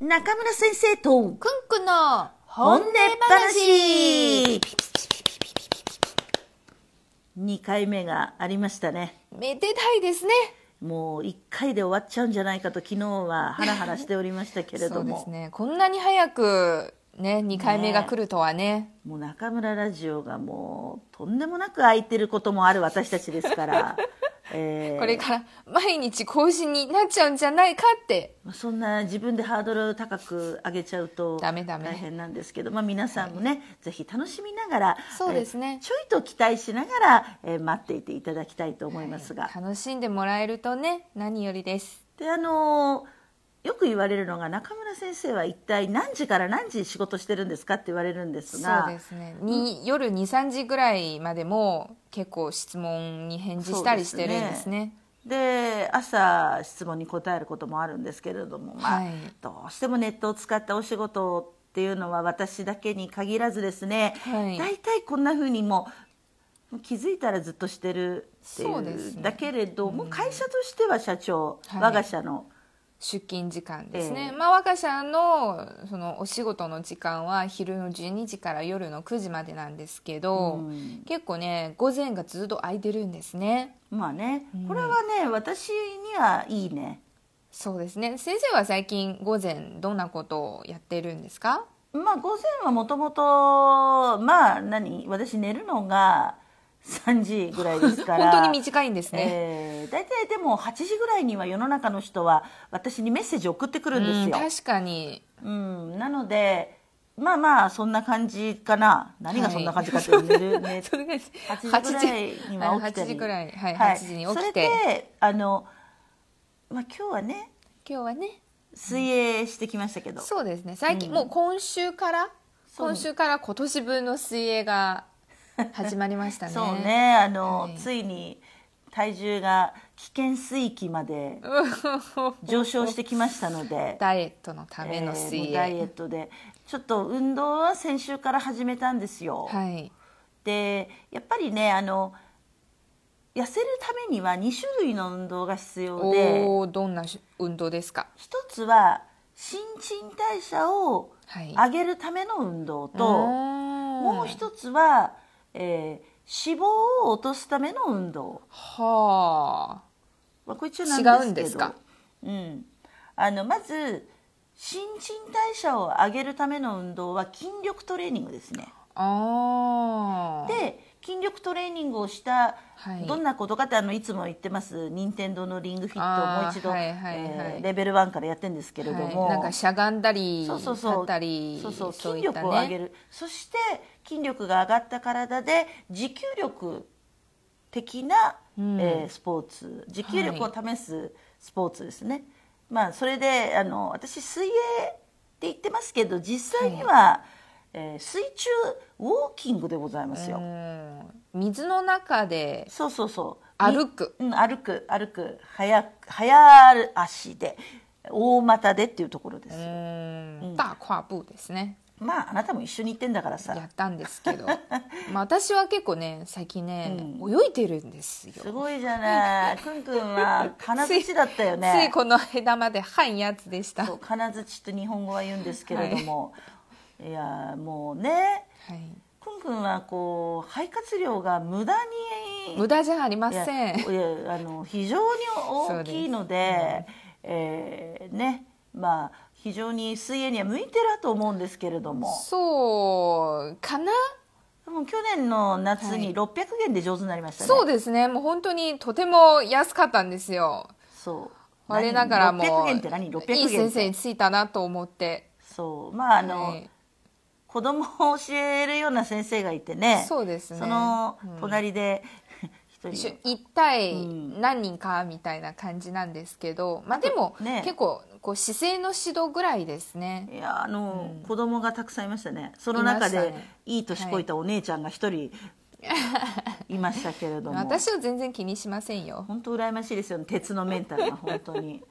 中村先生とくんくんの本音本音話話2回目がありましたねめでたいですねもう1回で終わっちゃうんじゃないかと昨日はハラハラしておりましたけれそどうでもすねこんなに早くね2回目が来るとはねもう中村ラジオがもうとんでもなく空いてることもある私たちです から、えーこれから毎日更新になっちゃうんじゃないかってそんな自分でハードル高く上げちゃうとダ大メダメ変なんですけど、まあ、皆さんもね、ぜひ楽しみながらそうですねえーちょいと期待しながら、えー待っていていただきたいと思いますが、楽しんでもらえるとね何よりですであのーよく言われるのが中村先生は一体何時から何時仕事してるんですかって言われるんですそうがですねに夜23時ぐらいまでも結構質問に返事したりしてるんですねで朝質問に答えることもあるんですけれども、まあはいどうしてもネットを使ったお仕事っていうのは私だけに限らずですね、はい大体こんなふうにもう気づいたらずっとしてるっていそうですうねだけれども、会社としては社長、はい我が社の出勤時間ですえね、えまあ、若社のそのお仕事の時間は昼の12時から夜の9時までなんですけうど、ん結構ね午前がずっと空いてるんですねまあねこれはね、私にはいいね。そうですね先生は最近午前どんなことをやってるんですかまあ午前はもともとまあ何私寝るのが3時ぐらいですか 本ら当に短いんですね、えー大体でも8時ぐらいには世の中の人は私にメッセージ送ってくるんですうんよ、確かにうんなのでまあまあそんな感じかな何がそんな感じかって寝る、ね そうです8時ぐらいには起きたり8時ぐらいはい、8時に起それきてであの、まあ、今日はね今日はね水泳してきましたけど、そうですね最近、もう今週からそう今週から今年分の水泳が始まりました ねそうねあの、はいついに体重が危険水域ま で上昇してきましたのでダイエットのためのえー水もう泳、ダイエットでちょっと運動は先週から始めたんですよ、はいでやっぱりねあの痩せるためには2種類の運動が必要でおおどんなし運動ですか一つは新陳代謝をはい上げるための運動と、ももう一つは、えー脂肪を落とすための運動、はあまあ、これ一応な違うんんでですけすどかうん、あのまず新陳代謝を上げるための運動は筋力トレーニングですね。あーで筋力トレーニングをした、はいどんなことかってあのいつも言ってます任天堂のリングフィットをもう一度、あーはいはいはいえーレベル1からやってるんですけれども、はい、なんかしゃがんだりそうそうそう立ったりそうそうそうい筋った力を上げねるそして筋力が上がった体で持久力的な、うんえースポーツ持久力を試すスポーツですね、まあそれであの私水泳って言ってますけど実際には、えー水中ウォーキングでございますよ、うん水の中でそうそうそう歩くうん、歩く歩く早く早足で大股でっていうところです、うん大跨步ですねまああなたも一緒に行ってんだからさやったんです けどまあ私は結構ね最近ね、泳いでるんですよすごいじゃ ないくんくんは金槌だったよついねこの間まで「はいやつ」でしたそうは金槌と日本語は言うんですけれども、い、やもうねいくんくんはこう肺活量が無駄に無駄じゃありまいやせんいやあの非常に大きいのでえーねまあ非常に水泳には向いてると思うんですけれどもそうかなでも去年の夏はにい600円で上手になりましたね、そうですねもう本当にとても安かったんですよそう我ながらも600円って何600円いい先生ってについたなと思ってそうまああの、はい子供を教えるような先生がいてねそうですねその隣で 一、一緒人一体何人かみたいな感じなんですけど、まあでも、ね結構こう姿勢の指導ぐらいですねいやあの、子供がたくさんいましたねその中いでましたねいい年こいたお姉ちゃんが一 人いましたけれども私は全然気にしませんよ本当羨ましいですよね鉄のメンタルが本当に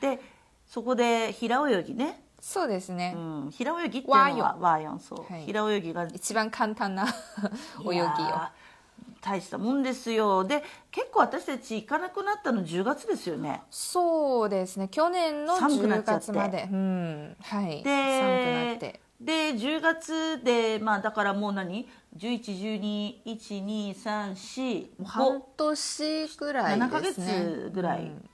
でそこで平泳ぎね、そうですね、うん、平泳ぎっていうのはわーよわーよんそう、はい平泳ぎが一番簡単な泳ぎいをやー大したもんですよで結構私たち行かなくなったの10月ですよねそうですね去年の寒くなっ10ちゃって月までうんはい寒くでなってで10月でまあだからもう何11121234もう半年くらい7ヶです月ねぐらい、うん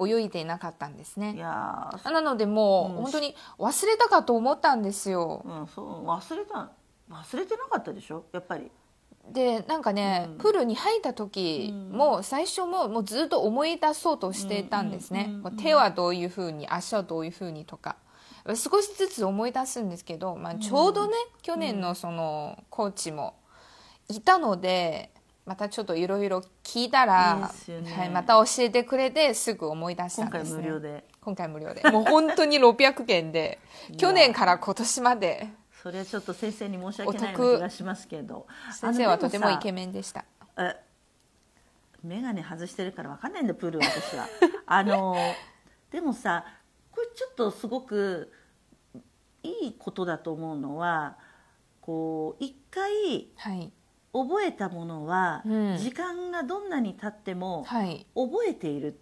泳いでいなかったんですいねやーなのでもう、うん本当に忘れたかと思ったんですようん、そう忘れた忘れてなかったでしょやっぱりでなんかね、うんプールに入った時も最初ももうずっと思い出そうとしていたんですね、うんうんうんこう手はどういうふうに足はどういうふうにとか少しずつ思い出すんですけど、まあ、ちょうどね、去年のそのコーチもいたのでまたちょっといろいろ聞いいたいらですよねはい、また教えてくれてすぐ思い出した今んで回す、ね、無料で今回無料でもう本当に600 件で去年から今年までそれはちょっと先生に申し訳ないよおうな得気がしますけど先生はとてもイケメメンでしたン眼鏡外してるから分かんないんだプールは私 はあのでもさこれちょっとすごくいいことだと思うのはこう一回はい覚えたものは、うん時間がどんなに経ってもはい覚えている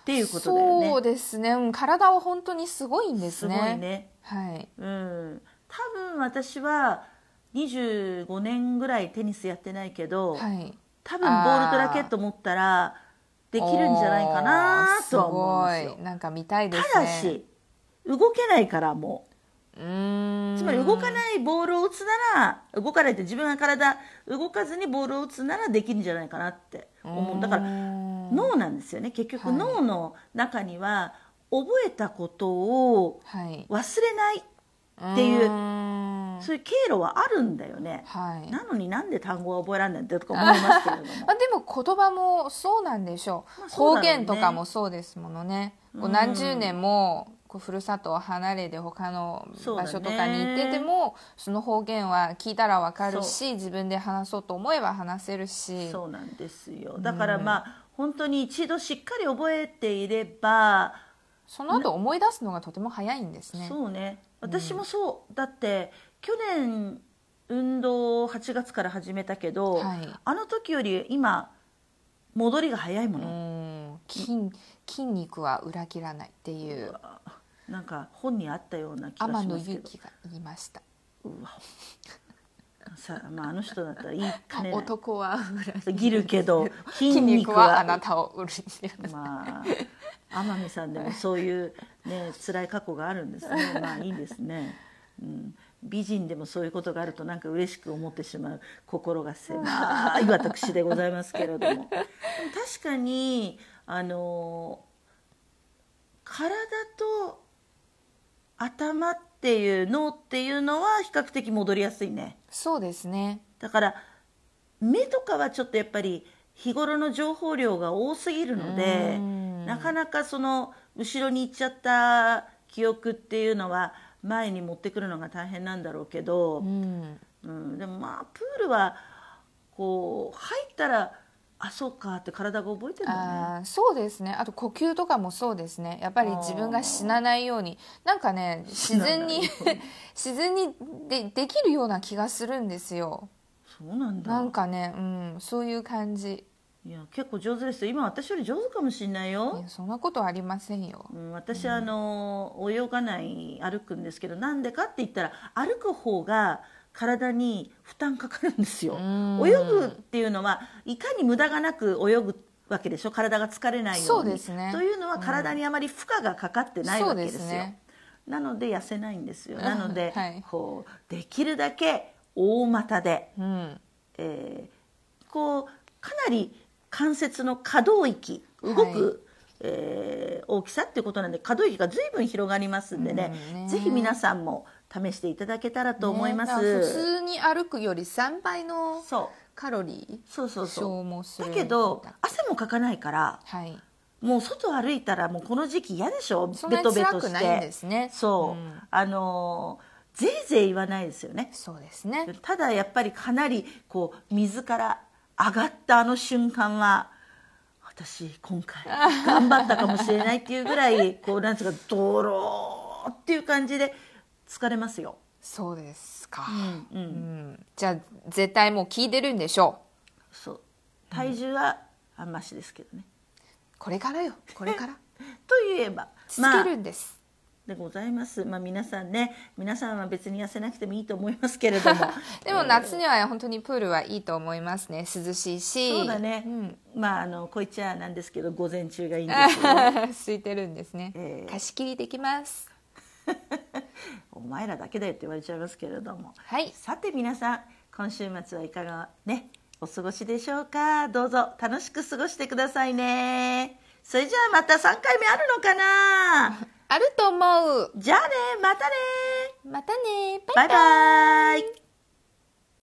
っていうことだよねそうですね、うん、体は本当にすごいんですすねごいねはいうん、多分私は25年ぐらいテニスやってないけど、はい多分ボールとラケット持ったらできるんじゃないかなとは思うんですおーすよごいなんか見たいですねただし動けないからもうーんうつまり動かいないボールを打つなら動かないって自分が体動かずにボールを打つならできるんじゃないかなって思うだからの脳なんですよね結局はい脳の中には覚えたことをはい忘れないっていううーんそういう経路はあるんだよね。はいなのになんで単語は覚えられないんだとか思いますけ れども。まあ、でも言葉もそうなんでしょう,、まあそうだろ方うね言とかもそうですものねこううん何十年もこうふるさとを離れて他のそうだ場ね所とかに行っててもそ,、の方言は聞いたらわかるし自分で話そうと思えば話せるしそうなんですよ。だからまあ、本当に一度しっかり覚えていれば、その後思い出すのがとても早いんですね。そうね。私もそう、だって去年運動を8月から始めたけど、はいあの時より今戻りが早いもうの。ん筋筋肉は裏切らないっていうなんか本にあったような気が天し野ますけ祐ど。希が言いましたさあ、まああの人だったらいいかねない。男は裏切ギるけ ど筋筋肉肉ははあなたを裏切らないまあ天海さんでもそういうね辛い過去があるんですね。まあいいですね。うん、美人でもそういうことがあるとなんか嬉しく思ってしまう心が狭い私でございますけれども。でも確かにあの体と頭っていう脳っていうのは比較的戻りやすいね。そうですねだから目とかはちょっとやっぱり日頃の情報量が多すぎるのでうんなかなかその後ろに行っちゃった記憶っていうのは前に持ってくるのが大変なんだろうけどう、んうん、でもまあプールはこう入ったらあそうかって体が覚えてるんだね。あーそうですねあと呼吸とかもそうですねやっぱり自分が死なないようになんかね自然に 自然にでできるような気がするんですよそうなんだなんかね、うん、そういう感じいや結構上手ですよ今私より上手かもしれないいよや。そんなことありませんようん、私あの泳がない歩くんですけどなんでかって言ったら歩く方が体に負担かかるんですようん泳ぐっていうのはいかに無駄がなく泳ぐわけでしょ体が疲れないようにそうですねというのは体にあまり負荷がかかってないわけですよ、そうですねなので痩せないんですよなので、はいこうできるだけ大股で、うんえーこうかなり関節の可動域動く、はいえー大きさっていうことなんで可動域が随分広がりますんでね,、うんねぜひ皆さんも試していただけたらと思いまねだから普す、通に歩くより3倍のそうカロリそうそうーそ消耗すうるだけど汗もかかないからはいもう外歩いたらもうこの時期嫌でしょそんベなにトベ辛トくしないんてですねそう、んあのーぜいぜい言わないですよねそうですねただやっぱりかなりこう水から上がったあの瞬間は私今回頑張ったかもしれないっていうぐらいこうなんつうかドローっていう感じで疲れますよ。そうですか、うんうんうんじゃあ絶対もう聞いてるんでしょそう体重はあんましですけどね、これからよこれからといえばま続あけるんです、でございますまあ皆さんね皆さんは別に痩せなくてもいいと思いますけれども でも夏には本当にプールはいいと思いますね涼しいしそうだね、んまああのこいちゃなんですけど午前中がいいんですよ 空いてるんですね、ええ貸し切りできますお前らだけだよって言われちゃいますけれどもはいさて皆さん今週末はいかがねお過ごしでしょうかどうぞ楽しく過ごしてくださいねそれじゃあまた3回目あるのかなあると思うじゃあねまたねまたねバイバイバイバイ